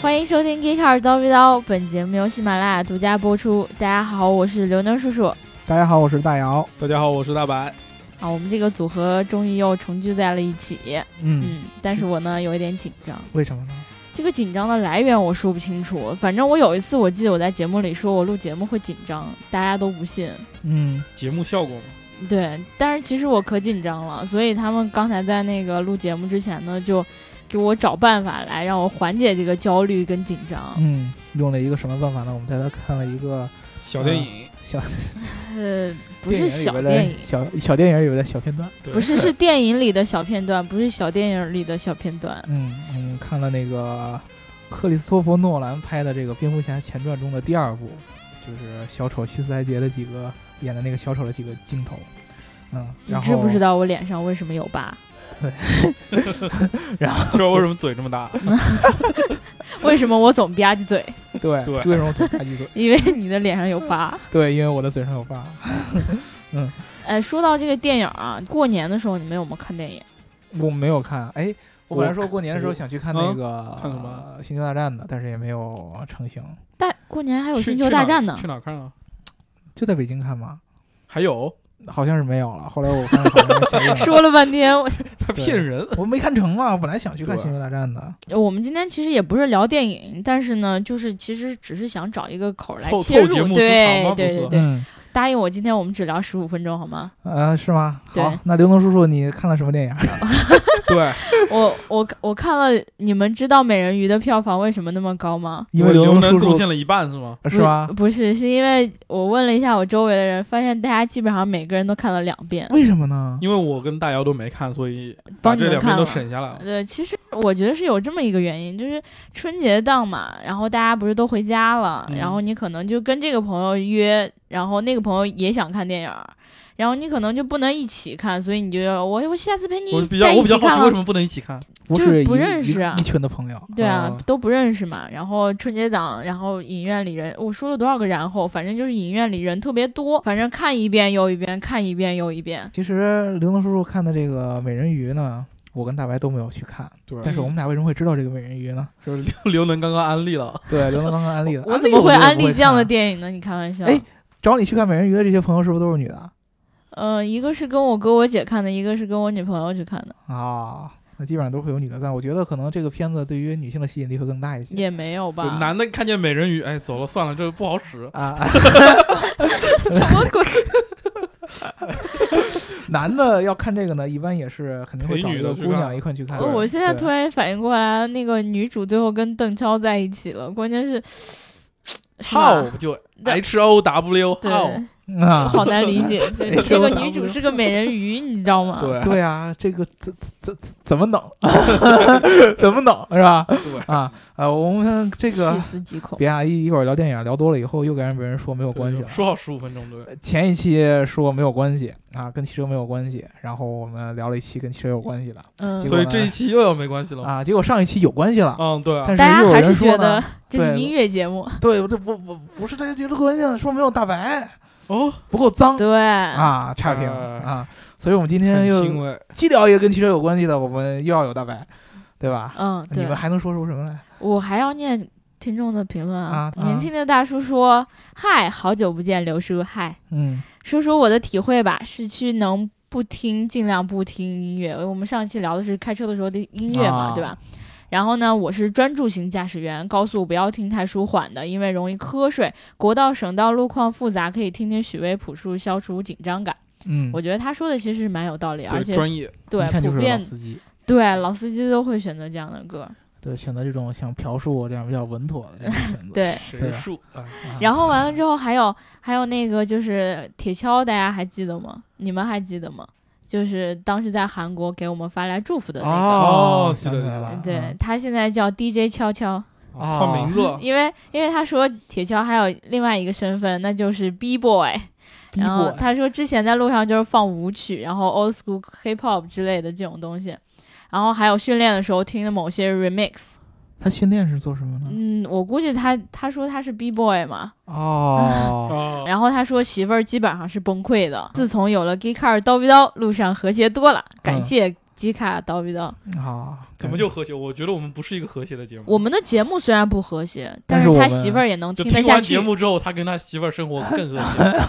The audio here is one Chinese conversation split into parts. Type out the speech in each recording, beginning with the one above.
欢迎收听《g e e k a r 叨逼叨》，本节目由喜马拉雅独家播出。大家好，我是刘能叔啊叔。大家好，我是大姚。大家好，我是大白。啊，我们这个组合终于又重聚在了一起。嗯，嗯，但是我呢有一点紧张。为什么呢？这个紧张的来源我说不清楚，反正我有一次我记得我在节目里说我录节目会紧张，大家都不信。嗯，节目效果嘛，对，但是其实我可紧张了，所以他们刚才在那个录节目之前呢，就给我找办法来让我缓解这个焦虑跟紧张。嗯，用了一个什么办法呢？我们带他看了一个小电影，小呃，不电影是里小边电的影，小小电影里边的小片段。对不是 是电影里的小片段，不是小电影里的小片段。嗯，我们看了那个克里斯托弗诺兰拍的这个《蝙蝠侠前传》中的第二部，就是小丑希斯莱杰的几个演的那个小丑的几个镜头。嗯，你然后知不知道我脸上为什么有疤？知道为什么嘴这 么大？为什么我总吧唧嘴？对，对为什么我总打鸡嘴？因为你的脸上有疤。 对，因为我的嘴上有疤。哎，说到这个电影啊，过年的时候你们有没有看电影？我没有看，哎，我本来我说过年的时候我想去看啊那个看什么呃星球大战》的，但是也没有成型。但过年还有《去星球大战》呢去。哪儿看啊？就在北京看吗？还有好像是没有了。后来我看好像 是下映了说了半天，我他对骗人，我没看成嘛，我本来想去看《对星球大战》的。我们今天其实也不是聊电影，但是呢，就是其实只是想找一个口儿来凑切凑节入。目时长对对吗不对是对，嗯，答应我，今天我们只聊十五分钟好吗？呃，是吗？对好，那刘能叔叔，你看了什么电影？ 啊 对，我我我看了，你们知道《美人鱼》的票房为什么那么高吗？因为刘能能叔贡叔献了一半是吗？是吧不？不是，是因为我问了一下我周围的人，发现大家基本上每个人都看了两遍。为什么呢？因为我跟大姚都没看，所以把帮你这们两边看都了。省下来了。呃，其实我觉得是有这么一个原因，就是春节档嘛，然后大家不是都回家了，嗯然后你可能就跟这个朋友约，然后那个朋友也想看电影儿，然后你可能就不能一起看，所以你就我我下次陪你我一比起较再一我比较起好看奇为什吧。么不能一起看？不就是是不一认识啊一一群的朋友。嗯对啊哦，都不认识嘛。然后春节档，然后影院里人，我说了多少个然后，反正就是影院里人特别多，反正看一遍又一遍，看一遍又一遍。其实刘能叔叔看的这个《美人鱼》呢，我跟大白都没有去看，对但是我们俩为什么会知道这个《美人鱼》呢？就是 刘刘能刚刚安利了，对，刘能刚刚安利的。啊我怎么会安利这样的电？电影呢？你开玩笑？哎啊找你去看《美人鱼》的这些朋友是不是都是女的？啊呃，一个是跟我哥我姐看的，一个是跟我女朋友去看的，啊，那基本上都会有女的在。我觉得可能这个片子对于女性的吸引力会更大一些。也没有就吧？男 的看见美人鱼，哎，走了算了，这不好使。啊， 什么鬼？男的要看这个呢，一般也是肯定会陪找女一的个去姑看娘一块去看的。对哦我现在对突然反应过来，那个女主最后跟邓超在一起了，关键是，是吧 How 就对 H O W 对， How 啊，好难理解。就 H 那 O W 个女主是个美人鱼，你知道吗？对对啊，这个怎怎怎怎么弄？ 怎么弄是吧？对啊啊，我们这个细思极恐。别啊，一一会儿聊电影，聊多了以后又该让别人说没有关系了。呃说好十五分钟对，前一期说没有关系啊，跟汽车没有关系，然后我们聊了一期跟汽车有关系的嗯结，果所以呢这一期又要没关系了。啊，结果上一期有关系了，嗯，对啊，但是大家又有还人是说觉呢得这是对啊音乐节目， 对，我这不不不是大家觉得关键，说没有大白哦，不够脏对啊，啊，差评哎啊，所以我们今天很欣又慰。既聊一个跟汽车有关系的，我们又要有大白，对吧？嗯，你对们，还能说出什么来？我还要念听众的评论啊。啊年轻的大叔说：“嗨，好久不见，刘叔，嗨。”嗯，说说我的体会吧，市区能不听尽量不听音乐。我们上一期聊的是开车的时候的音乐嘛，啊对吧？然后呢，我是专注型驾驶员，高速不要听太舒缓的，因为容易瞌睡。国道、省道路况复杂，可以听听许巍朴树，消除紧张感。嗯，我觉得他说的其实蛮有道理，而对，且专业对一看就普是老遍司机，对老司机都会选择这样的歌。对，选择这种想描述这样比较稳妥的这种选择。对，神术啊，啊，然后完了之后还有还有那个就是铁锹，大家还记得吗？你们还记得吗？就是当时在韩国给我们发来祝福的那个，哦哦，想记得起来记得了对、他现在叫 DJ 锹锹，啊换名字了。因为因为他说铁锹还有另外一个身份，那就是 B boy。逼然后迫他说之前在路上就是放舞曲，然后 old school hip hop 之类的这种东西，然后还有训练的时候听的某些 remix。他训练是做什么呢？嗯，我估计他他说他是 B boy 嘛， 哦，哦，然后他说哦媳妇儿基本上是崩溃的，自从有了 G Car 叨逼叨，路上和谐多了，感谢吉卡叨逼叨。啊，怎么就和谐？我觉得我们不是一个和谐的节目。我们的节目虽然不和谐，但是是他我们媳妇儿也能就得听下完去节。目之后，他跟他媳妇儿生活更和谐。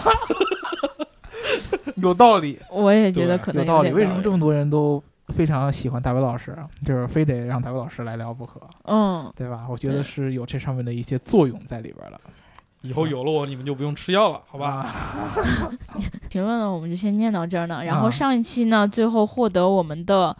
有道理？我也觉得对可能有道理。点为什么这么多人都非常喜欢大伟老师，啊就是非得让大伟老师来聊不可，嗯，对吧？我觉得对是有这上面的一些作用在里边了，以后有了我，你们就不用吃药了，好好吧？？评论呢我们就先念到这儿呢。然后啊上一期呢，最后获得我们的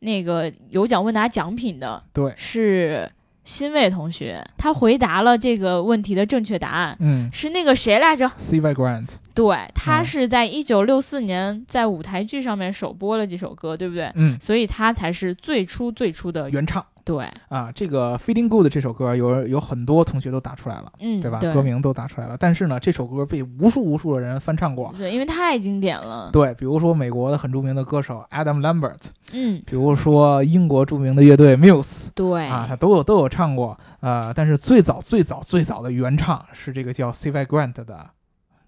那个有奖问答奖品的对，是欣慰同学，他回答了这个问题的正确答案。嗯是那个谁来着？ ，C Y Grant，对他嗯是在一九六四年在舞台剧上面首播了几首歌，对不对？嗯，所以他才是最初最初的原唱对，啊，这个《Feeling Good》这首歌有有很多同学都打出来了。嗯，对吧？对歌名都打出来了，但是呢，这首歌被无数无数的人翻唱过。对，因为太经典了。对，比如说美国的很著名的歌手 Adam Lambert，嗯，比如说英国著名的乐队 Muse 对，啊，他都有都有唱过。呃，但是最早最早最早的原唱是这个叫 C.Y. Grant 的，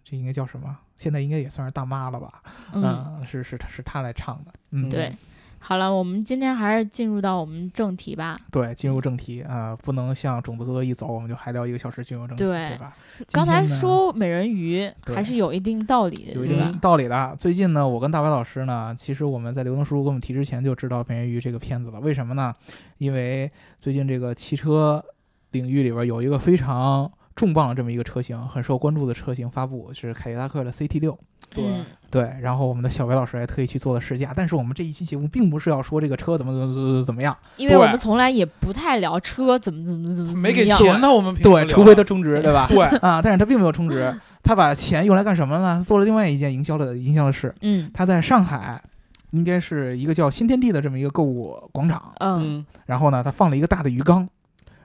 这应该叫什么？现在应该也算是大妈了吧？嗯，啊是是是他来唱的。嗯，对。好了，我们今天还是进入到我们正题吧。对，进入正题啊、呃不能像种子哥哥一走，我们就还聊一个小时进入正题，对对吧？刚才今天呢说美人鱼对还是有一定道理的，有一对吧？定道理的。啊最近呢，我跟大白老师呢，其实我们在刘能叔叔给我们提之前就知道《美人鱼》这个片子了。为什么呢？因为最近这个汽车领域里边有一个非常重磅的这么一个车型，很受关注的车型发布是凯迪拉克的 CT 六。对嗯对，然后我们的小白老师还特意去做了试驾，但是我们这一期节目并不是要说这个车怎么怎么怎么怎么样，因为对我们从来也不太聊车怎么怎么怎么怎么没给嗯样钱呢，我们凭什么对，聊除非他充值，对吧？对，啊，但是他并没有充值，他把钱用来干什么呢？做了另外一件营销的营销的事，嗯他在上海，应该是一个叫新天地的这么一个购物广场，嗯嗯，然后呢，他放了一个大的鱼缸，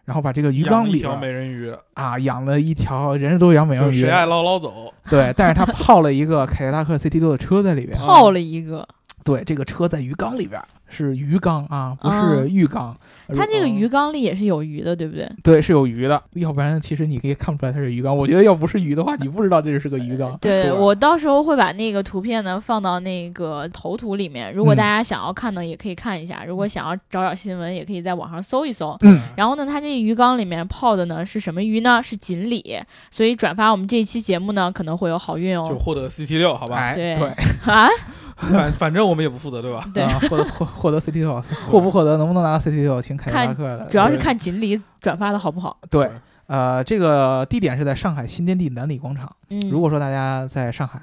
然后把这个鱼缸养了一里条美边人鱼，啊养了一条，人人都养美人就是鱼谁，爱捞捞走，对，但是他泡了一个凯迪拉克 CT 六的车在里边，泡了一个，对，这个车在鱼缸里边。是鱼缸啊，不是浴缸。它这个如鱼缸里也是有鱼的，对不对？对是有鱼的，要不然其实你可以看不出来它是鱼缸。我觉得要不是鱼的话，你不知道这是个鱼缸。对我到时候会把那个图片呢放到那个头图里面，如果大家想要看呢，也可以看一下；如果想要找找新闻，也可以在网上搜一搜。嗯，然后呢，它这鱼缸里面泡的呢是什么鱼呢？是锦鲤，所以转发我们这一期节目呢，可能会有好运就哦。获得 CT 六，好吧？哎，对对，啊，反反正我们也不负责，对吧？对啊，获得获获得 CT 六， 获不获得能不能拿到 CT 六，请凯迪拉克的。主要是看锦鲤转发的好不好。对，呃，这个地点是在上海新天地南里广场。嗯，如果说大家在上海，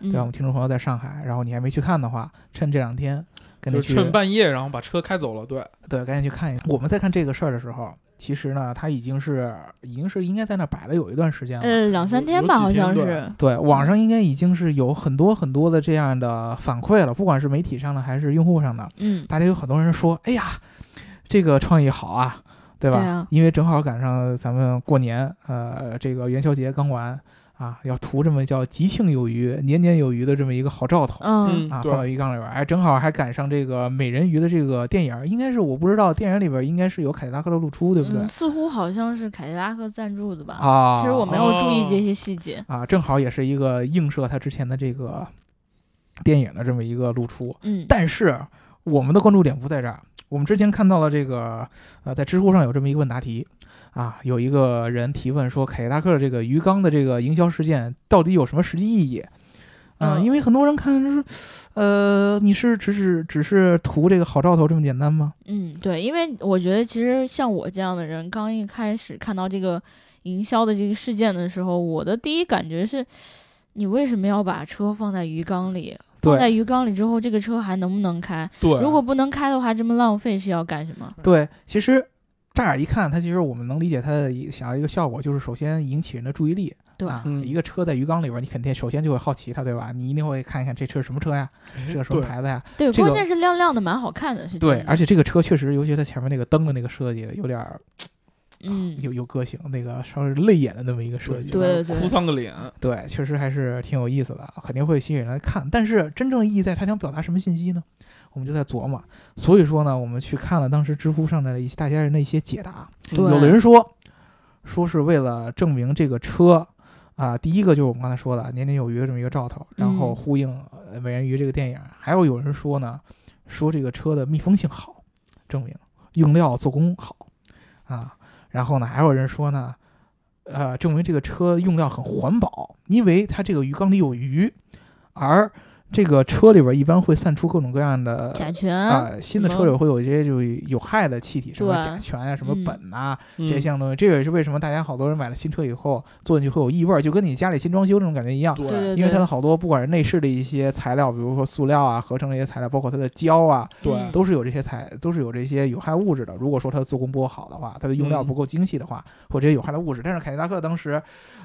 嗯对吧？我们听众朋友在上海，然后你还没去看的话，趁这两天跟就着去，是趁半夜，然后把车开走了，对，对，赶紧去看一下。我们在看这个事儿的时候，其实呢，他已经是已经是应该在那儿摆了有一段时间了。呃两三天吧，有好有几天像对是。对，网上应该已经是有很多很多的这样的反馈了，不管是媒体上的还是用户上的，嗯，大家有很多人说，哎呀，这个创意好啊，对吧？对啊因为正好赶上咱们过年，呃，这个元宵节刚完啊，要图这么叫吉庆有余、年年有余的这么一个好兆头。嗯，啊，放到对，鱼缸里边儿，哎，正好还赶上这个美人鱼的这个电影儿，应该是我不知道电影里边儿应该是有凯迪拉克的露出，对不对嗯，？似乎好像是凯迪拉克赞助的吧？啊，其实我没有注意哦这些细节。啊，正好也是一个映射他之前的这个电影的这么一个露出。嗯，但是我们的关注点不在这儿。我们之前看到了这个，呃，在知乎上有这么一个问答题，啊，有一个人提问说，凯迪拉克这个鱼缸的这个营销事件到底有什么实际意义？啊、嗯因为很多人看就是，呃，你是只是只是图这个好兆头这么简单吗？嗯，对，因为我觉得其实像我这样的人，刚一开始看到这个营销的这个事件的时候，我的第一感觉是，你为什么要把车放在鱼缸里？放在对啊鱼缸里之后，这个车还能不能开？对，啊如果不能开的话，这么浪费是要干什么？对，其实乍眼一看，它其实我们能理解它的一想要一个效果，就是首先引起人的注意力。对啊，嗯一个车在鱼缸里边，你肯定首先就会好奇它，对吧？你一定会看一看这车是什么车呀，是个什么对牌子呀，对，这关个键是亮亮的，蛮好看的，是真对，的而且这个车确实，尤其它前面那个灯的那个设计，有点儿啊嗯，有有个性，那个稍微泪眼的那么一个设对计，对对哭丧个脸，对，确实还是挺有意思的，啊肯定会吸引人来看。但是真正意义在它想表达什么信息呢？我们就在琢磨。所以说呢，我们去看了当时知乎上的一些大家人的一些解答，对有的人说，说是为了证明这个车。啊，第一个就是我们刚才说的“年年有余”这么一个兆头，然后嗯呼应呃《美人鱼》这个电影。还有有人说呢，说这个车的密封性好，证明用料做工好啊。然后呢，还有人说呢，呃，证明这个车用料很环保，因为它这个鱼缸里有鱼，而这个车里边一般会散出各种各样的甲醛、啊、新的什车么里会有一些就有害的气体，什嗯么对甲醛啊，什么嗯苯呐、嗯这项东西，这也是为什么大家好多人买了新车以后坐进去会有异味儿，就跟你家里新装修这种感觉一样。对对对对，因为它的好多不管是内饰的一些材料，比如说塑料啊、合成这些材料，包括它的胶啊，嗯对都是有这些材，都是有这些有害物质的。如果说它的做工不够好的话，它的用料嗯不够精细的话，或者有害的物质。但是凯迪拉克当时，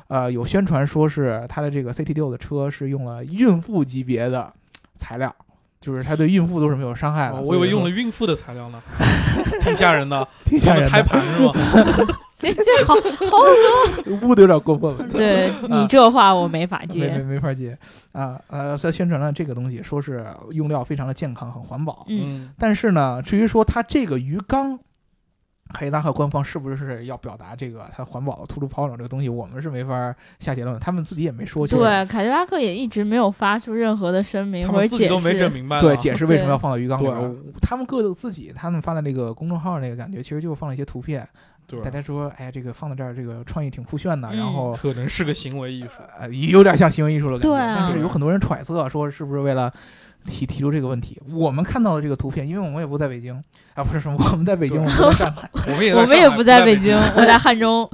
呃，有宣传说是它的这个 CT 六的车是用了孕妇级别的材料，就是它对孕妇都是没有伤害的。哦所我以为说用了孕妇的材料呢， 挺吓 人的，挺吓人胎的，盘是吗？这这好好恶污的有点过分了。 对你这话我没法啊没没接。没法接啊呃，他宣传了这个东西，说是用料非常的健康，很环保。嗯，嗯，但是呢，至于说它这个鱼缸，凯迪拉克官方是不是要表达这个它环保、突出抛锚这个东西，我们是没法下结论，他们自己也没说清楚。对，凯迪拉克也一直没有发出任何的声明他或者们自己嗯解都没释。整明白呢，对，解释为什么要放到鱼缸里边对儿。他们各自自己，他们发的那个公众号那个感觉，其实就放了一些图片，对大家说，哎呀，这个放在这儿，这个创意挺酷炫的，嗯然后可能是个行为艺术，呃，有点像行为艺术的感觉。对啊但是有很多人揣测说，是不是为了提提出这个问题？我们看到的这个图片，因为我们也不在北京啊，不是什么，我们在北京，我们对不在上海。我们也我上们海也不在北北 京，我在汉中。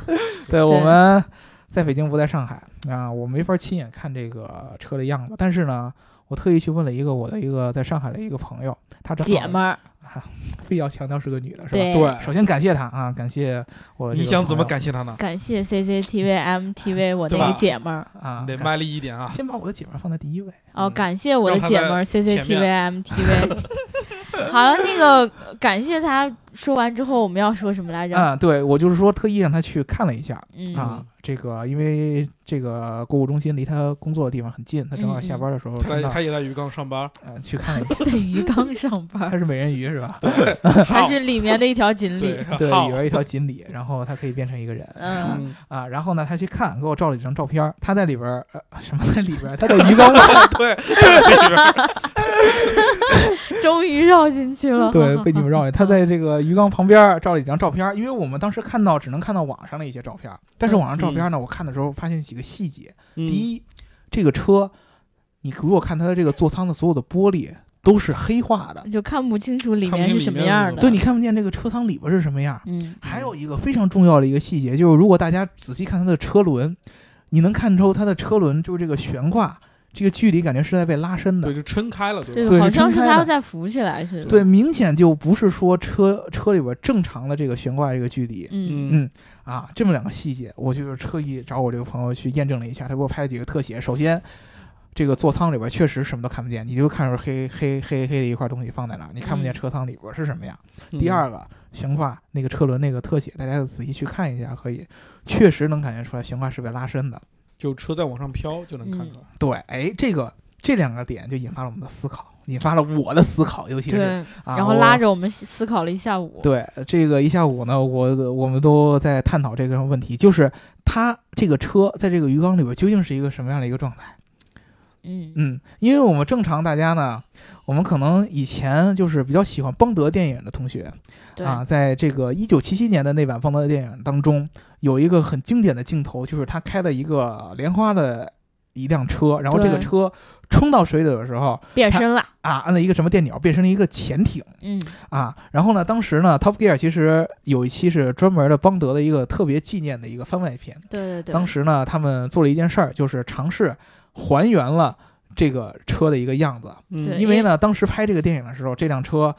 对，我们在北京，不在上海啊，我没法亲眼看这个车的样子。但是呢，我特意去问了一个我的一个在上海的一个朋友，她正好姐们儿， 非要强调是个女的，是吧？对，首对，先感谢她啊，感谢我。你想怎么？感 谢他呢？感谢 CCTV、MTV 我对那个吧姐们儿啊你，得感卖力一点 啊！先把我的姐妹放在第一位。哦，嗯感谢我的让她姐在们儿 CCTV、前 MTV。好 了，那个感谢她说完之后，我们要说什么来着？啊，对我就是说特意让她去看了一下，嗯，啊，这个因为这个购物中心离他工作的地方很近，他正好下嗯班的时候他顺在道他也在鱼缸上班，呃去看了一下，在鱼缸上班他 儿，是美人鱼是吧？它是里面的一条锦对鲤。对，好有一条锦鲤，然后他可以变成一个人嗯，嗯，啊。然后呢，他去看，给我照了几张照片儿，他在里边儿呃什么在里边儿？ 他在鱼缸外对，在里边儿终于绕进去了。对，被你们 绕进。他在这个鱼缸旁边儿照了几张照片儿，因为我们当时看到只能看到网上的一些照片儿，但是网上照片儿呢，我看的时候发现几个细节。 第嗯一，这个车，你如果看它的这个座舱的所有的玻璃都是黑化的，就看不清楚里看不面是清里什么面样是的。对，你看不见这个车舱里边是什么样儿。嗯，还有一个非常重要的一个细节，就是如果大家仔细看它的车轮，你能看出它的车轮就是这个悬挂这个距离感觉是在被拉伸对，的。就撑开了，对对，吧？对好是像撑是开它要的再浮起来似的。嗯对，，明显就不是说车车里边正常的这个悬挂这个距离嗯，嗯啊，这么两个细节，我就是特意找我这个朋友去验证了一下，他给我拍了几个特写。首先，这个座舱里边确实什么都看不见，你就看着黑黑黑黑的一块东西放在那儿，你看不见嗯车舱里边是什么样。嗯第，二个悬挂那个车轮那个特写，大家仔细去看一下，可以确实能感觉出来悬挂是被拉伸的。就车在往上飘就能看出来。对，哎，这个这两个点就引发了我们的思考，引发了我的思考，尤其是对。啊然后拉。我着我们思思考了一下午。对这个一下午呢，我我们都在探讨这个问题，就是它这个车在这个鱼缸里边究竟是一个什么样的一个状态？嗯，嗯，因为我们正常大家呢，我们可能以前就是比较喜欢邦德电影的同学，对，啊，在这个一九七七年的那版邦德的电影当中，有一个很经典的镜头，就是他开了一个莲花的一辆车，然后这个对车冲到水里的时候变它身了。啊，按了一个什么电钮，变成了一个潜艇嗯，啊。然后呢，当时呢，Top Gear 其实有一期是专门的邦德的一个特别纪念的一个番外篇。对对对。当时呢，他们做了一件事儿，就是尝试还原了这个车的一个样子。对嗯，因为呢，当时拍这个电影的时候，这辆车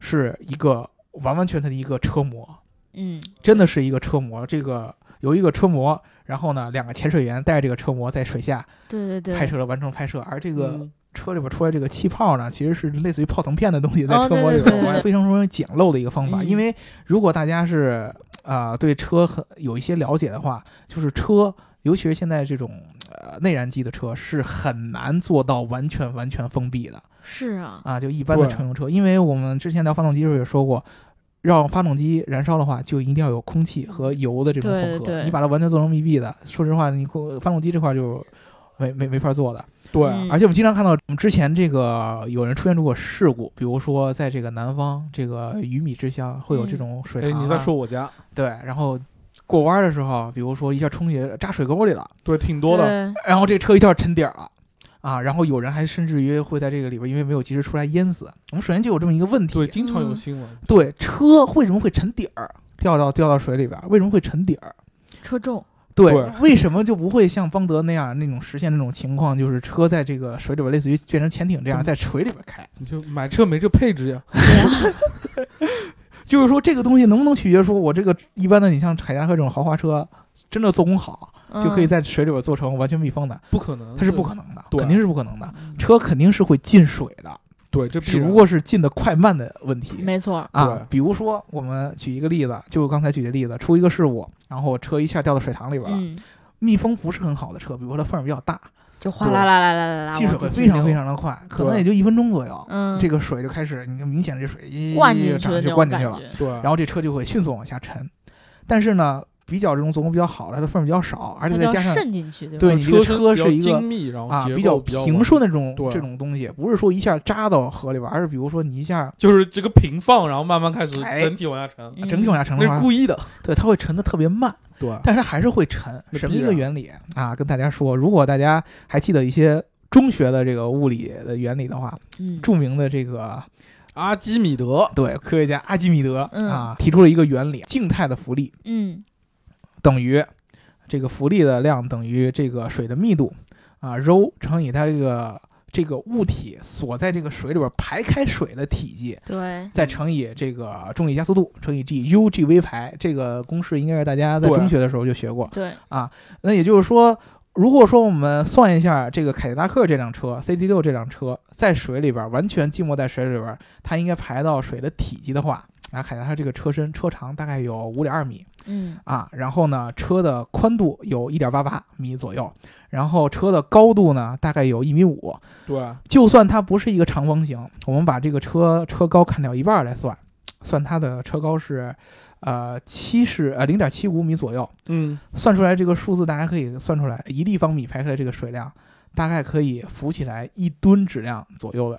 是一个完完全全的一个车模，嗯，真的是一个车模。这个由一个车模，然后呢，两个潜水员带着这个车模在水下对对对。拍摄了完成拍摄，而这个嗯车里边出来这个气泡呢，其实是类似于泡腾片的东西在哦车模里对对对边，对非常容易简陋的一个方法。嗯因为如果大家是啊、呃对车很有一些了解的话，就是车。尤其是现在这种呃内燃机的车是很难做到完全完全封闭的，是啊，啊，就一般的对乘用车，因为我们之前聊发动机的时候也说过，让发动机燃烧的话，就一定要有空嗯气和油的这种对混合。对你把它完全做成密闭的，说实话，你空发动机这块就没没没法做的。对嗯而且我们经常看到嗯之前这个有人出现过事故，比如说在这个南方这个鱼米之乡会有嗯这种水哎，塘啊、你在说我家？对，然后过弯的时候，比如说一下冲下去扎水沟里了，对，挺多的。对然后这车一下沉底儿了。啊，然后有人还甚至于会在这个里边，因为没有及时出来淹死。我们首先就有这么一个问题，对，经常有嗯新闻。对车为什么会沉底儿，掉到掉到水里边儿？为什么会沉底儿？车重，对，对为什么就不会像邦德那样那种实现那种情况，就是车在这个水里边，类似于变成潜艇这样，嗯在水里边开？你就买车没这配置呀？就是说这个东西能不能取决于说我这个一般的，你像凯迪拉克这种豪华车，真的做工好、就可以在在水里边做成完全密封的，不可能，它是不可能的，对嗯肯定是不可能的。能。车肯定是会进水的，对，这必只然不过是进的快慢的问题。啊没错儿，啊对，比如说我们举一个例子，就刚才举的例子，出一个事故，然后车一下掉到水塘里边了，嗯，密封不是很好的车，比如说它缝儿比较大，就哗啦啦啦啦啦啦，进水啊往会进去非常流非，常的快，可能对也就一分钟左右，嗯，这个水就开始，你看明显这水一灌进去涨的那就种灌进感去了，觉，对，然后这车就会迅速往下沉。但是呢，比较这种做工比较好的，它的缝儿比较少，而且它再叫加上渗进去，对吧？对你这个身车比较是一个精密，然后啊结比较构较平顺的这种对这种东西，不是说一下扎到河里边儿，而是比如说你一下完，就是这个平放，然后慢慢开始哎整体往下沉，嗯整体往下沉那的是话，故意的。对它会沉的特别慢。对，但是它还是会沉，啊那什么必一个然原理啊？跟大家说，如果大家还记得一些中学的这个物理的原理的话，嗯，著名的这个 阿基米德，对科学家阿基米德、嗯啊提出了一个原理：静态的浮力嗯，等于这个浮力的量等于这个水的密度啊，rho 乘以它这个这个物体所在这个水里边排开水的体积。对，再乘以这个重力加速度乘以 g u g v 排，这个公式应该是大家在对中学的时候就学过。对，那也就是说，如果说我们算一下这个凯迪拉克这辆车，CT 六这辆车在水里边儿完全浸没在水里边儿，它应该排到水的体积的话，啊，凯迪拉克这个车身车长大概有五点二米嗯，啊，然后呢，车的宽度有一点八八米左右，然后车的高度呢大概有一米五。对，就算它不是一个长方形，我们把这个车车高砍掉一半儿来算，算它的车高是，呃，七十呃零点七五米左右。嗯，算出来这个数字，大家可以算出来，一立方米排出来这个水量，大概可以浮起来一吨质量左右的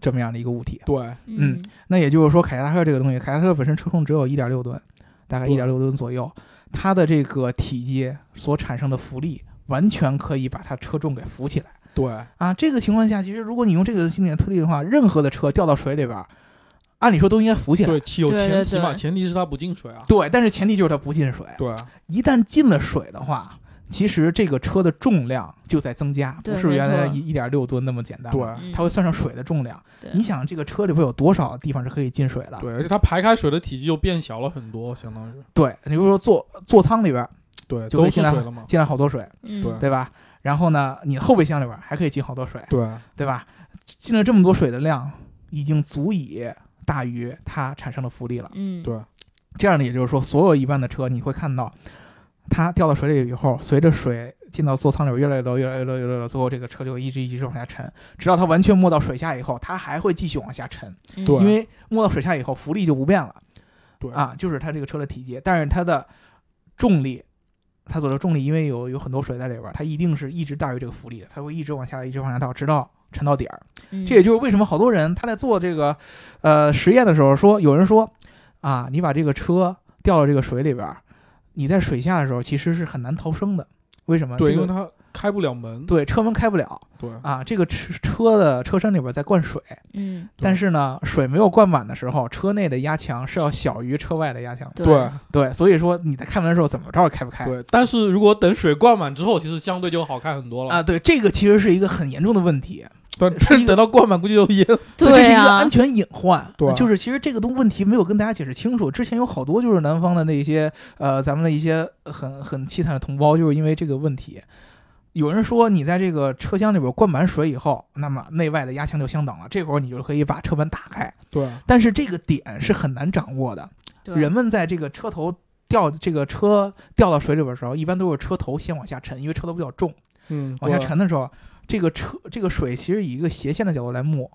这么样的一个物体。对，嗯，那也就是说，凯迪拉克这个东西，凯迪拉克本身车重只有一点六吨，大概一对点六吨左右，它的这个体积所产生的浮力，完全可以把它车重给浮起来对，啊。这个情况下，其实如果你用这个经典推理的话，任何的车掉到水里边儿，按理说都应该浮起来。对，其有对对前提嘛，对前提是它不进水啊。对，但是前提就是它不进水。对，一旦进了水的话，其实这个车的重量就在增加，对不是原来没错一一点六吨那么简单。对，，嗯它会算上水的重量。对嗯你想，这个车里边有多少地方是可以进水的？对，而且它排开水的体积就变小了很多，相当于对，你比如说座座舱里边对，就都可以是进水来了嘛。进来好多水，嗯对对吧？然后呢，你后备箱里边还可以进好多水，对，对吧？进了这么多水的量，已经足以大于它产生的浮力了。嗯，对这样呢，也就是说，所有一般的车，你会看到它掉到水里以后，随着水进到座舱里边越来越多、越来越多、越来越多，最后这个车就一直一直往下沉，直到它完全没到水下以后，它还会继续往下沉，嗯对因为没到水下以后，浮力就不变了对，啊，就是它这个车的体积，但是它的重力。它所的重力，因为有有很多水在里边，它一定是一直大于这个浮力的，它会一直往下，一直往下掉，直到沉到底儿。嗯这也就是为什么好多人他在做这个呃实验的时候说，有人说啊，你把这个车掉到这个水里边儿，你在水下的时候其实是很难逃生的。为什么？对，这因个为它开不了门。对车门开不了对，啊，这个车车的车身里边在灌水，嗯，但是呢，水没有灌满的时候，车内的压强是要小于车外的压强的。对对，所以说你在开门的时候怎么着也开不开。对，但是如果等水灌满之后，其实相对就好看很多了。啊，对，这个其实是一个很严重的问题，对，但是等到灌满，估计就淹死。这是一个啊安，全隐患。对就是其实这个东问题没有跟大家解释清楚。之前有好多就是南方的那些呃，咱们的一些很很凄惨的同胞，就是因为这个问题。有人说你在这个车厢里边灌满水以后，那么内外的压强就相等了，这会儿你就可以把车门打开。对，但是这个点是很难掌握的。对人们在这个车头掉这个车掉到水里边的时候，一般都是车头先往下沉，因为车头比较重。嗯，往下沉的时候，这个车这个水其实以一个斜线的角度来没。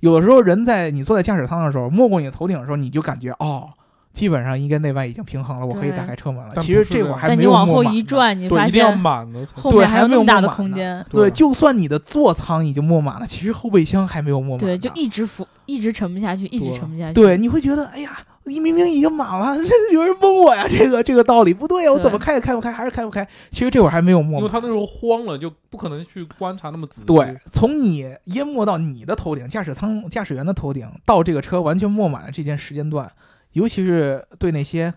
有的时候人在你坐在驾驶舱的时候，没过你的头顶的时候，你就感觉哦，基本上一跟内外已经平衡了，我可以对打开车门了。但其不实是这我还但没你有往摸后满啊一呢，转，你对，发一定要现满了才。后对面还有没那有么大弄的满空呢间。对，对就算你的座舱已经摸满了，其实后备箱还没有摸满对，呢。就一直浮，一直沉不下去，一直对沉不下去。对，你会觉得，哎呀，你明明已经满了，这有人蒙我呀，这个这个道理不对呀，我怎么对开也开不开，还是开不开。其实这会儿还没有摸因为满。他那时候慌了，就不可能去观察那么仔细。对，从你淹没到你的头顶，驾驶舱驾驶员的头顶，到这个车完全没满的这间时间段，尤其是对那些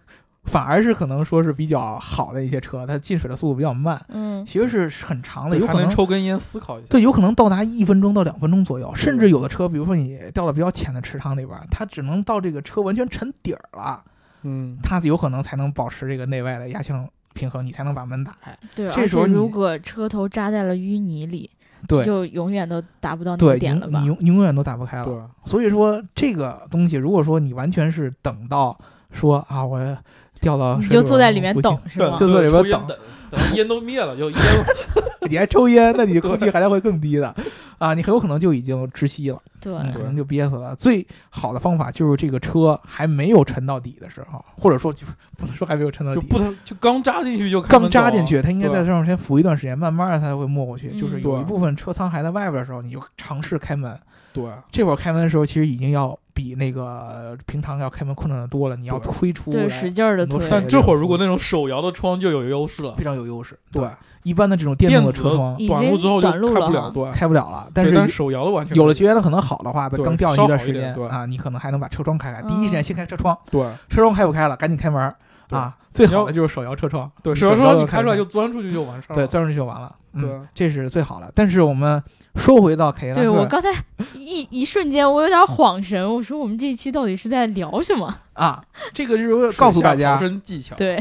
反而是可能说是比较好的一些车，它进水的速度比较慢，嗯，其实是很长的，对有还可能能抽根烟思考一下。对，有可能到达一分钟到两分钟左右，甚至有的车，比如说你掉到比较浅的池塘里边儿，它只能到这个车完全沉底儿了，嗯，它有可能才能保持这个内外的压强平衡，你才能把门打开。对。这而时且候如你果车头扎在了淤泥里，对就永远都达不到那对，个点你了吧你？永你永远都打不开了。对，所以说这个东西，如果说你完全是等到说啊我掉到你水就里坐边在儿里面不行等，是对吗？就坐里边抽烟等等，等烟都灭 了，就烟你还抽烟，那你空气含量会更低的啊，你很有可能就已经窒息了。对，嗯，可对能就憋死了。最好的方法就是这个车还没有沉到底的时候，或者说就是不能说还没有沉到就底，不能就刚扎进去就开刚门扎走啊进去，它应该对在上面先浮一段时间，慢慢的它会没过去。嗯就是有对一部分车舱还在外边的时候，你就尝试开门。对，这会儿开门的时候，其实已经要比那个平常要开门困难的多了。你要对推出对，来使劲儿的很多推，扇但这会儿如果那种手摇的窗就有优势了非。常有优势。对，一般的这种电动的车窗已短经路之后就短开路了不了，哈对，对开不了了，但但是手摇的完全有了可以觉得可能好的话，对刚掉稍一段好一时点间对啊，你可能还能把车窗开开。嗯第一时间先开车窗，对车窗开不开了，赶紧开门儿对啊！最好要的就是手摇车窗，对，你手摇怎么着都车你开出来门就钻出去就完事儿对，了。钻出去就完了。嗯对，这是最好的。但是我们说回到凯迪拉克，对我刚才一一瞬间，我有点恍神，我说我们这一期到底是在聊什么？ 啊，这个就是告诉大水下家，逃生技巧，对，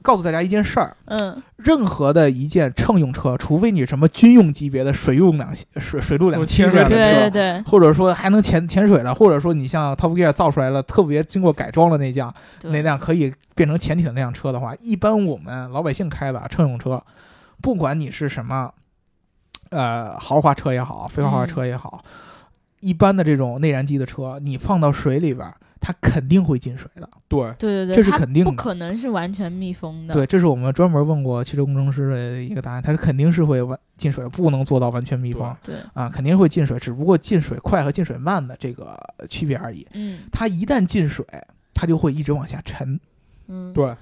告诉大家一件事儿： 嗯，任何的一件乘用车，除非你什么军用级别的水陆两水水陆两有栖潜这样水的对车对车。对或者说还能潜潜水了，或者说你像 Top Gear 造出来了，特别经过改装的那辆对，那辆可以变成潜艇的那辆车的话，一般我们老百姓开的乘用车，不管你是什么，呃，豪华车也好，非豪华车也好，一般的这种内燃机的车，你放到水里边儿，它肯定会进水的。对对对对，这是它肯定不的可能是完全密封的。对，这是我们专门问过汽车工程师的一个答案，它是肯定是会完进水的，不能做到完全密封对，啊，肯定会进水，只不过进水快和进水慢的这个区别而已。嗯它一旦进水，它就会一直往下沉。嗯，对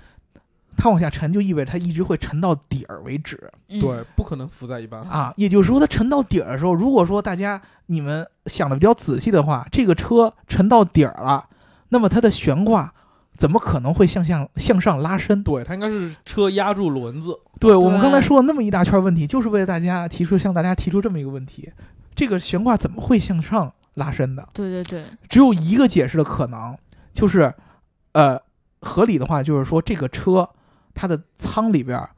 它往下沉就意味着它一直会沉到底儿为止嗯对，不可能浮在一般。啊。也就是说，它沉到底儿的时候，如果说大家你们想的比较仔细的话，这个车沉到底儿了，那么它的悬挂怎么可能会向向向上拉伸？对，它应该是车压住轮子，对我们刚才说了那么一大圈问题，就是为了大家提出向大家提出这么一个问题：这个悬挂怎么会向上拉伸的？对对对，只有一个解释的可能，就是，呃，合理的话就是说这个车它的舱里边儿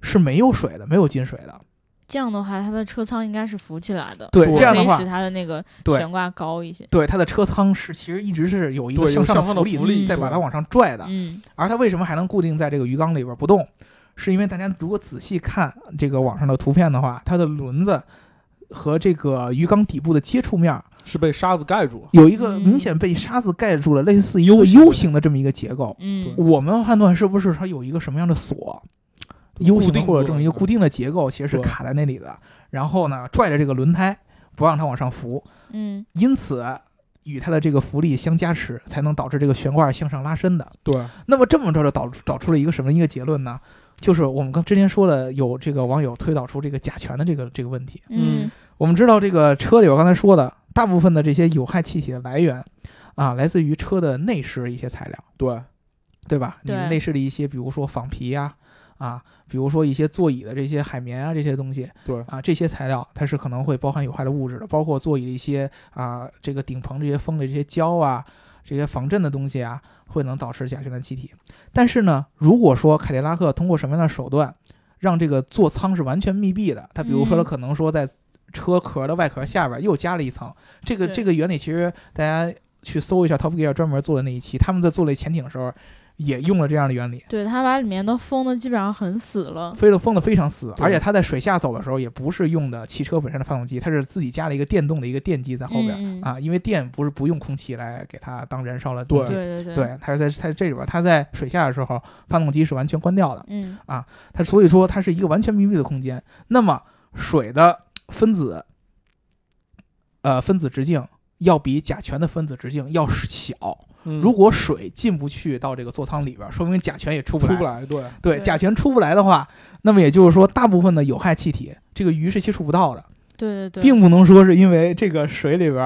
是没有水的，没有进水的。这样的话，它的车舱应该是浮起来的，对就这样的可以话使它的那个对悬挂高一些。对，它的车舱是其实一直是有一个对有向向上的浮力浮力在对把它往上拽的。嗯，而它为什么还能固定在这个鱼缸里边不动？是因为大家如果仔细看这个网上的图片的话，它的轮子和这个鱼缸底部的接触面儿是被沙子盖住了。有一个明嗯显被沙子盖住了，类似于一个型的 U 型的这么一个结构。嗯，我们判断是不是它有一个什么样的锁，U 型的定或者住这了么一个对固定的结构，其实是对卡在那里的。然后呢，拽着这个轮胎不让它往上浮，嗯，因此与它的这个浮力相加持，才能导致这个悬挂向上拉伸的。对，那么这么着就导导出了一个什么一个结论呢？就是我们刚之前说了，有这个网友推导出这个甲醛的这个这个问题。嗯，我们知道这个车里边刚才说的，大部分的这些有害气体的来源啊，来自于车的内饰一些材料。对，对吧？你对内饰的一些，比如说仿皮呀、啊，比如说一些座椅的这些海绵啊，这些东西，对啊，这些材料它是可能会包含有害的物质的，包括座椅的一些啊，这个顶棚这些封的这些胶啊，这些防震的东西啊，会能导致甲醛的气体。但是呢，如果说凯迪拉克通过什么样的手段，让这个座舱是完全密闭的，它比如说它嗯可能说在车壳的外壳下边又加了一层，这个对这个原理其实大家去搜一下 Top Gear 专门做的那一期，他们在做类潜艇的时候，也用了这样的原理，对他把里面都封的基本上很死了，飞了封的非常死，对而且它在水下走的时候也不是用的汽车本身的发动机，它是自己加了一个电动的一个电机在后边、嗯嗯啊，因为电不是不用空气来给它当燃烧了东对西，对对，对，它是在在这里边，它在水下的时候发动机是完全关掉的，嗯它所以说它是一个完全密闭的空间。那么水的分子，呃，分子直径要比甲醛的分子直径要小。嗯如果水进不去到这个座舱里边，说明甲醛也出不出来。不来，对，对，对甲醛出不来的话，那么也就是说，大部分的有害气体，这个鱼是接触不到的，对对对，并不能说是因为这个水里边，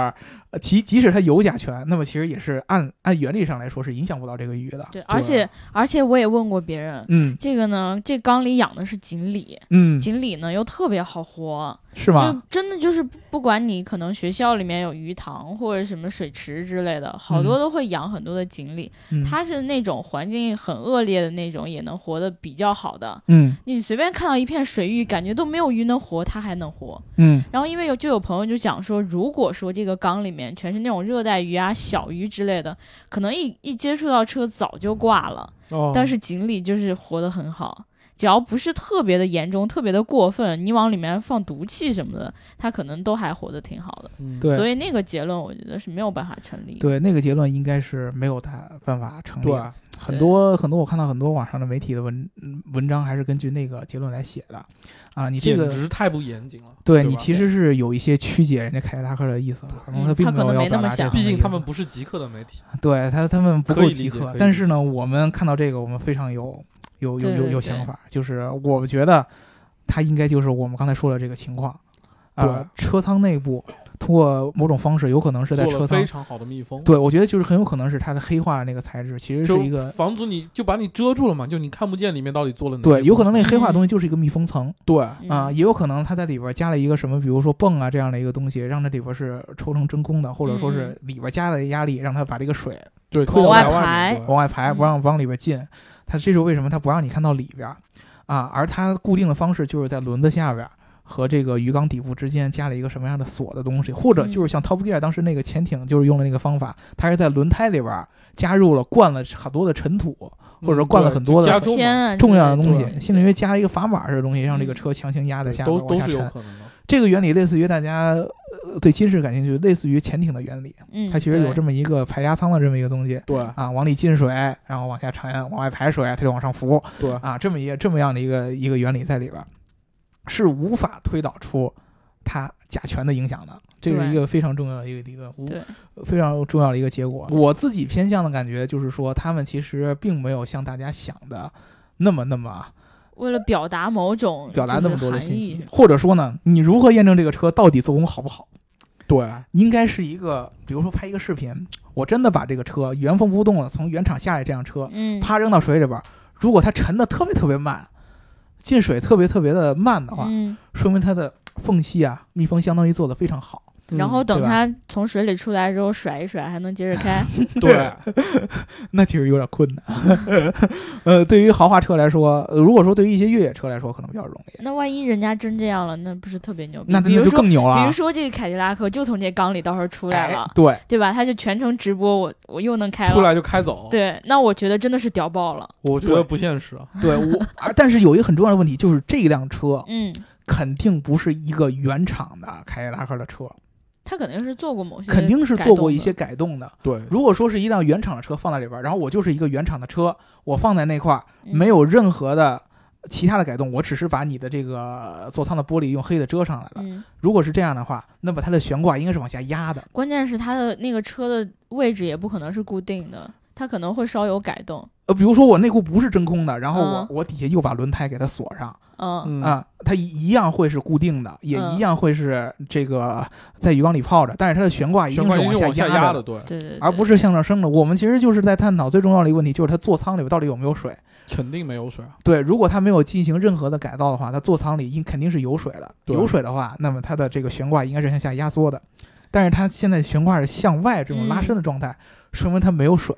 呃即即使它有甲醛，那么其实也是按按原理上来说是影响不到这个鱼的。对，而且而且我也问过别人，嗯这个呢，这缸里养的是锦鲤，嗯，锦鲤呢又特别好活，是吧？就真的就是不不管你可能学校里面有鱼塘或者什么水池之类的，好多嗯都会养很多的锦鲤，嗯它是那种环境很恶劣的那种也能活得比较好的。嗯你随便看到一片水域，感觉都没有鱼能活，它还能活。嗯然后因为有就有朋友就讲说，如果说这个缸里面全是那种热带鱼啊、小鱼之类的，可能一一接触到车早就挂了。哦但是锦鲤就是活得很好，只要不是特别的严重、特别的过分，你往里面放毒气什么的，它可能都还活得挺好的。嗯对所以那个结论我觉得是没有办法成立。对，那个结论应该是没有大办法成立对的。啊很多很多，我看到很多网上的媒体的文嗯文章还是根据那个结论来写的啊。你这简个直太不严谨了。对吧你其实是有一些曲解人家凯迪拉克的意思了，可能嗯他并他可没有能要没那表么达这想层毕的竟意他思们不是极客的媒体，对他他们不可够以极理解客可以，但理是解呢，我们看到这个，我们非常有有有对有对有对想法，就是我觉得他应该就是我们刚才说的这个情况啊、对车舱内部通过某种方式，有可能是在做车了舱非，常好的密封，对我觉得就是很有可能是它的黑化那个材质，其实就是一个防止你就把你遮住了嘛，就你看不见里面到底做了哪些对，有可能嗯那工个黑化的东西就是一个密封层。作嗯啊，也有可能它在里边加了一个什么，比如说泵啊这样的一个东西，让它里边是抽成真空的，或者说是里边加了压力，让它把这个水对对往推到外海排面对往外排，嗯不让往里边进。它这是为什么它不让你看到里边儿啊？而它固定的方式就是在轮子下边儿和这个鱼缸底部之间加了一个什么样的锁的东西，或者就是像 Top Gear 当时那个潜艇就是用了那个方法，它是在轮胎里边儿加入了灌了很多的尘土，或者说灌了嗯对很多的加重铅嘛啊之类的，重要的东对西，甚至于加了一个砝码式的东西，让这个车强行压在下边嗯都儿往都下是有沉。可能的，这个原理类似于大家呃对金氏感兴趣，类似于潜艇的原理，嗯，它其实有对这么一个排压舱的这么一个东西对啊，往里进水，然后往下沉，往外排水，它就往上浮 对，啊，这么一个这么样的一个一个原理在里边儿，是无法推导出它甲醛的影响的。这是对一个非常重要的一个一个无对非常重要的一个结果。我自己偏向的感觉就是说，他们其实并没有像大家想的那么那么啊为了表达某种表达就那是么多的含信义息，，或者说呢，你如何验证这个车到底做工好不好？对，应该是一个，比如说拍一个视频，我真的把这个车原封不动的从原厂下来这辆车，嗯，啪扔到水里边儿，如果它沉的特别特别慢，进水特别特别的慢的话，嗯，说明它的缝隙啊密封相当于做的非常好。然后等嗯对吧它从水里出来之后甩一甩，还能接着 开。对那其实有点困难。 呃，对于豪华车来说，呃如果说对于一些越野车来说，可能比较容易。那万一人家真这样了，那不是特别牛逼？那比那如就说，更牛了比啊如。说这个凯迪拉克就从这缸里到时候出来了，哎对，对吧？他就全程直播，我我又能开了。出来就开走，对，那我觉得真的是屌爆了。我觉对得不现实啊，对我，啊但是有一个很重要的问题，就是这辆车嗯，肯定不是一个原厂的凯迪拉克的车，他肯定是做过某些，肯定是做过一些。改动的。对，如果说是一辆原厂的车放在里边儿，然后我就是一个原厂的车，我放在那块儿，嗯没有任何的其他的改动，我只是把你的这个座舱的玻璃用黑的遮上来了。嗯，如果是这样的话，那么它的悬挂应该是往下压的。关键是他的那个车的位置也不可能是固定的，他可能会稍有改动。呃，比如说我内裤不是真空的，然后我、嗯我底下又把轮胎给它锁上嗯，嗯啊、它一一样会是固定的，也嗯一样会是这个在鱼缸里泡着，但是它的悬挂一定悬挂一定是往往下下压压着的。的，对对，对对，而不是是向上升的，我们其实就是在探讨最重要的一个问题，就是它座舱里边到底有没有水。肯定没有水啊，对，如果它没有进行任何的改造的话，它座舱里应肯定是有水的。对有水的话，那么它的这个悬挂应该是向下压缩的，但是它现在悬挂是向外这种拉嗯伸的状态，说明它没有水。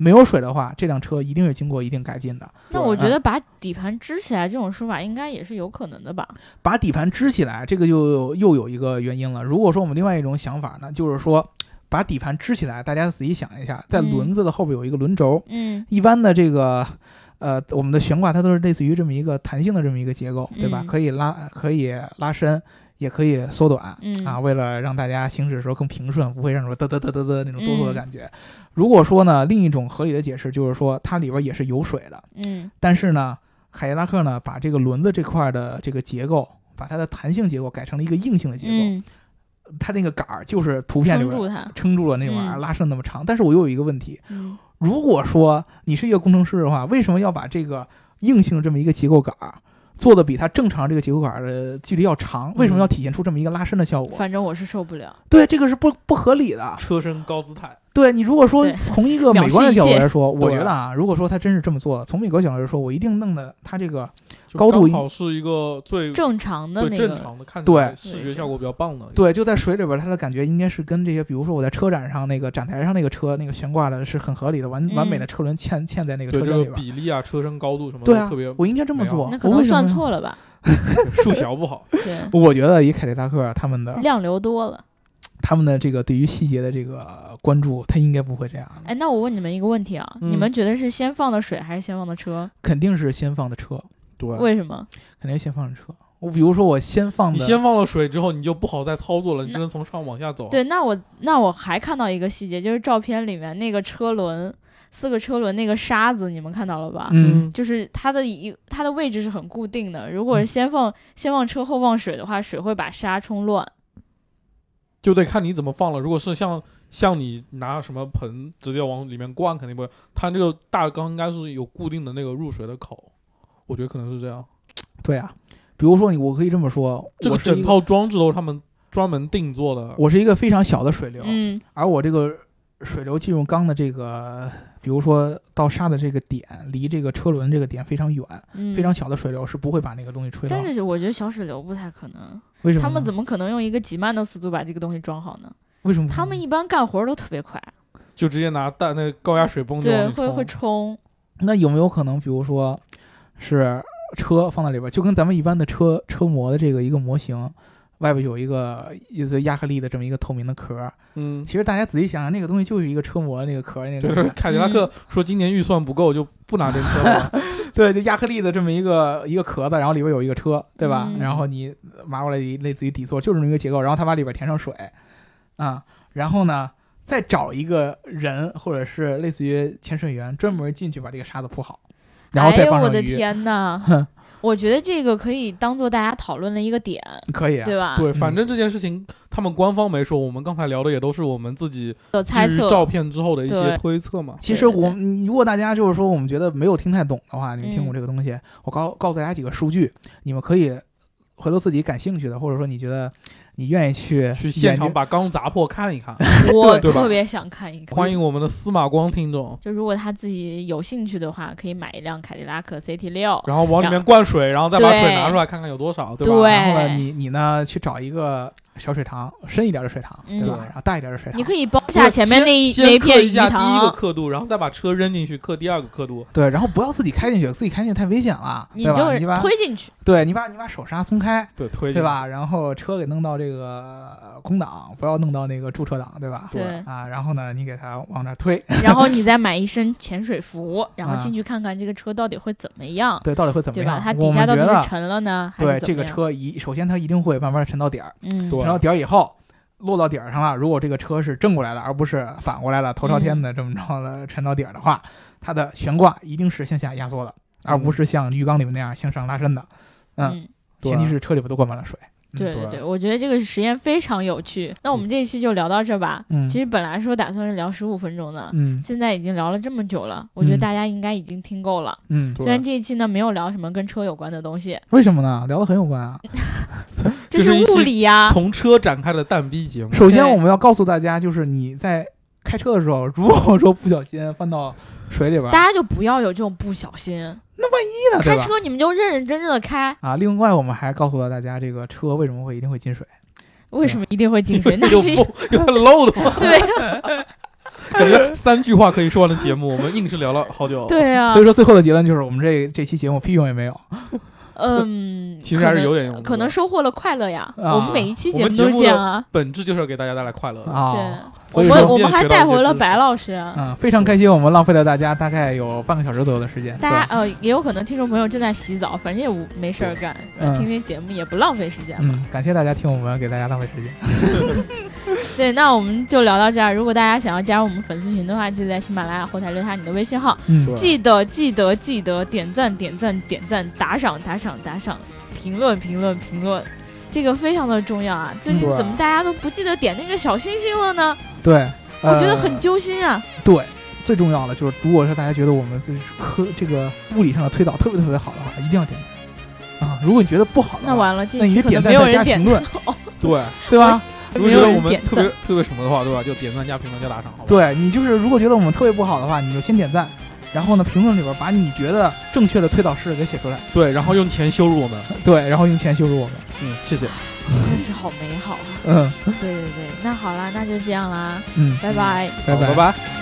没有水的话，这辆车一定是经过一定改进的。那我觉得把底盘支起来这种说法应该也是有可能的吧？把底盘支起来，这个就又有一个原因了。如果说我们另外一种想法呢，就是说把底盘支起来，大家仔细想一下，在嗯轮子的后边有一个轮轴，嗯，一般的这个呃我们的悬挂它都是类似于这么一个弹性的这么一个结构，对吧？嗯可以拉可以拉伸，也可以缩短。嗯啊，为了让大家行驶的时候更平顺，不会让你说嘚嘚嘚嘚嘚那种哆嗦的嗯感觉。如果说呢，另一种合理的解释就是说，它里边也是有水的，嗯但是呢，凯迪拉克呢把这个轮子这块的这个结构，把它的弹性结构改成了一个硬性的结构，嗯，它那个杆儿就是图片里撑边住它，撑住了那种玩意儿，嗯拉伸那么长。但是我又有一个问题，嗯如果说你是一个工程师的话，为什么要把这个硬性这么一个结构杆儿做的比它正常这个结构杆儿的距离要长？为什么要体现出这么一个拉伸的效果？反正我是受不了，对，这个是不不合理的。车身高姿态，对你如果说对从一个美观的角度来说，我对觉得啊，如果说他真是这么做，从美国角度来说，我一定弄得它这个就高度一刚好是一个最正常的对那正个，常的看起来对视觉效果比较棒的，对，就在水里边，它的感觉应该是跟这些，比如说我在车展上那个展台上那个车那个悬挂的是很合理的，完嗯完美的车轮嵌嵌在那个对车这身里边。个比例啊、车身高度什么对的啊特别，我应该这么美好做。那可我能为什么算要错了吧？数学 不好，嗯对，我觉得以凯迪拉克他们的量流多了。他们的这个对于细节的这个关注，他应该不会这样的，哎，那我问你们一个问题啊，嗯你们觉得是先放的水还是先放的车？肯定是先放的车，对。嗯为什么？肯定先放的车。我比如说我先放你的，先放了水之后，你就不好再操作了，你那只能从上往下走。啊对，那我那我还看到一个细节，就是照片里面那个车轮，四个车轮那个沙子，你们看到了吧？嗯，就是它的一它的位置是很固定的。如果是先放、先放车后放水的话，水会把沙冲乱。哎就得看你怎么放了。如果是像像你拿什么盆直接往里面灌，肯定不会。它这个大缸应该是有固定的那个入水的口，我觉得可能是这样。对啊。比如说你，我可以这么说，这我个是整一个套装置都是他们专门定做的。我是一个非常小的水流，嗯而我这个水流进入缸的这个，比如说到沙的这个点，离这个车轮这个点非常远，嗯，非常。小的水流是不会把那个东西吹到的。但是我觉得小水流不太可能，为什么呢？他们怎么可能用一个极慢的速度把这个东西装好呢？为什么不他们一般干活儿都特别快，就直接拿大那个高压水泵就对，往里会会冲冲，那有没有可能，比如说是车放在里边，就跟咱们一般的车车模的这个一个模型，外边有一个一个亚克力的这么一个透明的壳，嗯，其实大家仔细想想，那个东西就是一个车模的那个壳，那就个是壳凯嗯迪拉克说今年预算不够，就不拿 这车了。对，就亚克力的这么一个一个壳子，然后里边有一个车，对吧？嗯然后你拿过来一类似于底座，就是这么一个结构，然后他把里边填上水，啊、然后呢，再找一个人或者是类似于潜水员专门进去把这个沙子铺好，然后哎再呦放我上的鱼，天呐！我觉得这个可以当做大家讨论的一个点，可以啊，对吧？对，嗯反正这件事情他们官方没说，我们刚才聊的也都是我们自己的猜基于测，照片之后的一些对推测嘛。其对实对我对们，如果大家就是说我们觉得没有听太懂的话，你们听我嗯这个东西，我告告诉大家几个数据，你们可以回头自己感兴趣的，或者说你觉得你愿意去去现研场究把缸砸破 看一看， 我对吧特别想看一个。欢迎我们的司马光听众。就如果他自己有兴趣的话，可以买一辆凯迪拉克 CT 六。哎然后往里面灌水，然后再把对水拿出来看看有多少，对吧？对然后呢，你你呢去找一个小水塘，深一点的水塘，嗯对吧？然后大一点的水塘，你可以包下前面那一先那先一刻片一鱼啊下第一个塘，刻度，然后再把车扔进去刻第二个刻度。对，然后不要自己开进去，自己开进去太危险了，你对吧？就是你把推进 去。对你把你把手刹松开，对，推进对？吧？然后车给弄到这个呃空档，不要弄到那个驻车档，对吧？对啊，然后呢，你给它往那儿推， 然后你再买一身潜水服，然后啊进去看看这个车到底会怎么样，对，到底会怎么对吧？样？它底我下们到觉底得是沉了呢，还对是怎这么个样？车一，首先它一定会慢慢沉到底儿，嗯，对沉到底儿以后，落到底儿上了。如果这个车是正过来了，而不是反过来了，头朝天嗯的这么着的沉到底儿的话，它的悬挂一定是向下压缩的，而不嗯是像浴缸里面那样向上拉伸的。嗯嗯，对前提是车里边都灌满了水。嗯对对对对，我觉得这个实验非常有趣。那我们这一期就聊到这儿吧。嗯其实本来说打算是聊十五分钟的，嗯现在已经聊了这么久了，我觉得嗯大家应该已经听够了。嗯，对虽然这一期呢没有聊什么跟车有关的东西，为什么呢？聊得很有关嗯啊。这这是是一物期理呀、从车展开的蛋 逼节目，首先对我们要告诉大家，就是你在开车的时候，如果说不小心翻到水里边儿，大家就不要有这种不小心。那对开吧？车你们就认认真真的开，啊，另外我们还告诉了大家，这个车为什么会一定会进水。为什么一定会进 水？那有是有漏的吗？对 感觉三句话可以说完的节目，我们硬是聊了好 久。对啊所。以说最后的结论就是，我们这这期节目屁用也没有。嗯，其实还是有点用可能的可能收获了快乐呀。啊我们每一期我节们目节都是目这的样啊。本质就是要给大家带来快乐的。啊，我所以们说，我们还带回了学到一些知识白老师啊。嗯，非常开心，我们浪费了大家大概有半个小时左右的时间，大对吧家呃，也有可能听众朋友正在洗澡，反正也无没事儿干，嗯听听节目也不浪费时间嘛。嗯，感谢大家听我们给大家浪费时间，对，那我们就聊到这儿。如果大家想要加入我们粉丝群的话，记得在喜马拉雅后台留下你的微信号。嗯对，记得记得记得点赞点赞点赞，打赏打赏打赏，评论评论评论，这个非常的重要啊！最近对啊怎么大家都不记得点那个小星星了呢？对，我觉得呃很揪心啊！对。最重要的就是，如果说大家觉得我们这是科这个物理上的推导特别特别好的话，一定要点赞啊！如果你觉得不好的那话，完了，这那一你期就可能点没赞有再人加点评论， 对，对吧？ 如果没觉有得我人们点特别赞。特别什么的话，对吧？就点赞加评论加打赏，好吧？对你就是，如果觉得我们特别不好的话，你就先点赞，然后呢，评论里边把你觉得正确的推导式给写出来，对，然后用钱羞辱我们，对，然后用钱羞辱我们，嗯，谢谢， 真的是好美好啊！嗯对对对，那好啦，那就这样啦，嗯，拜拜。拜好拜拜。拜。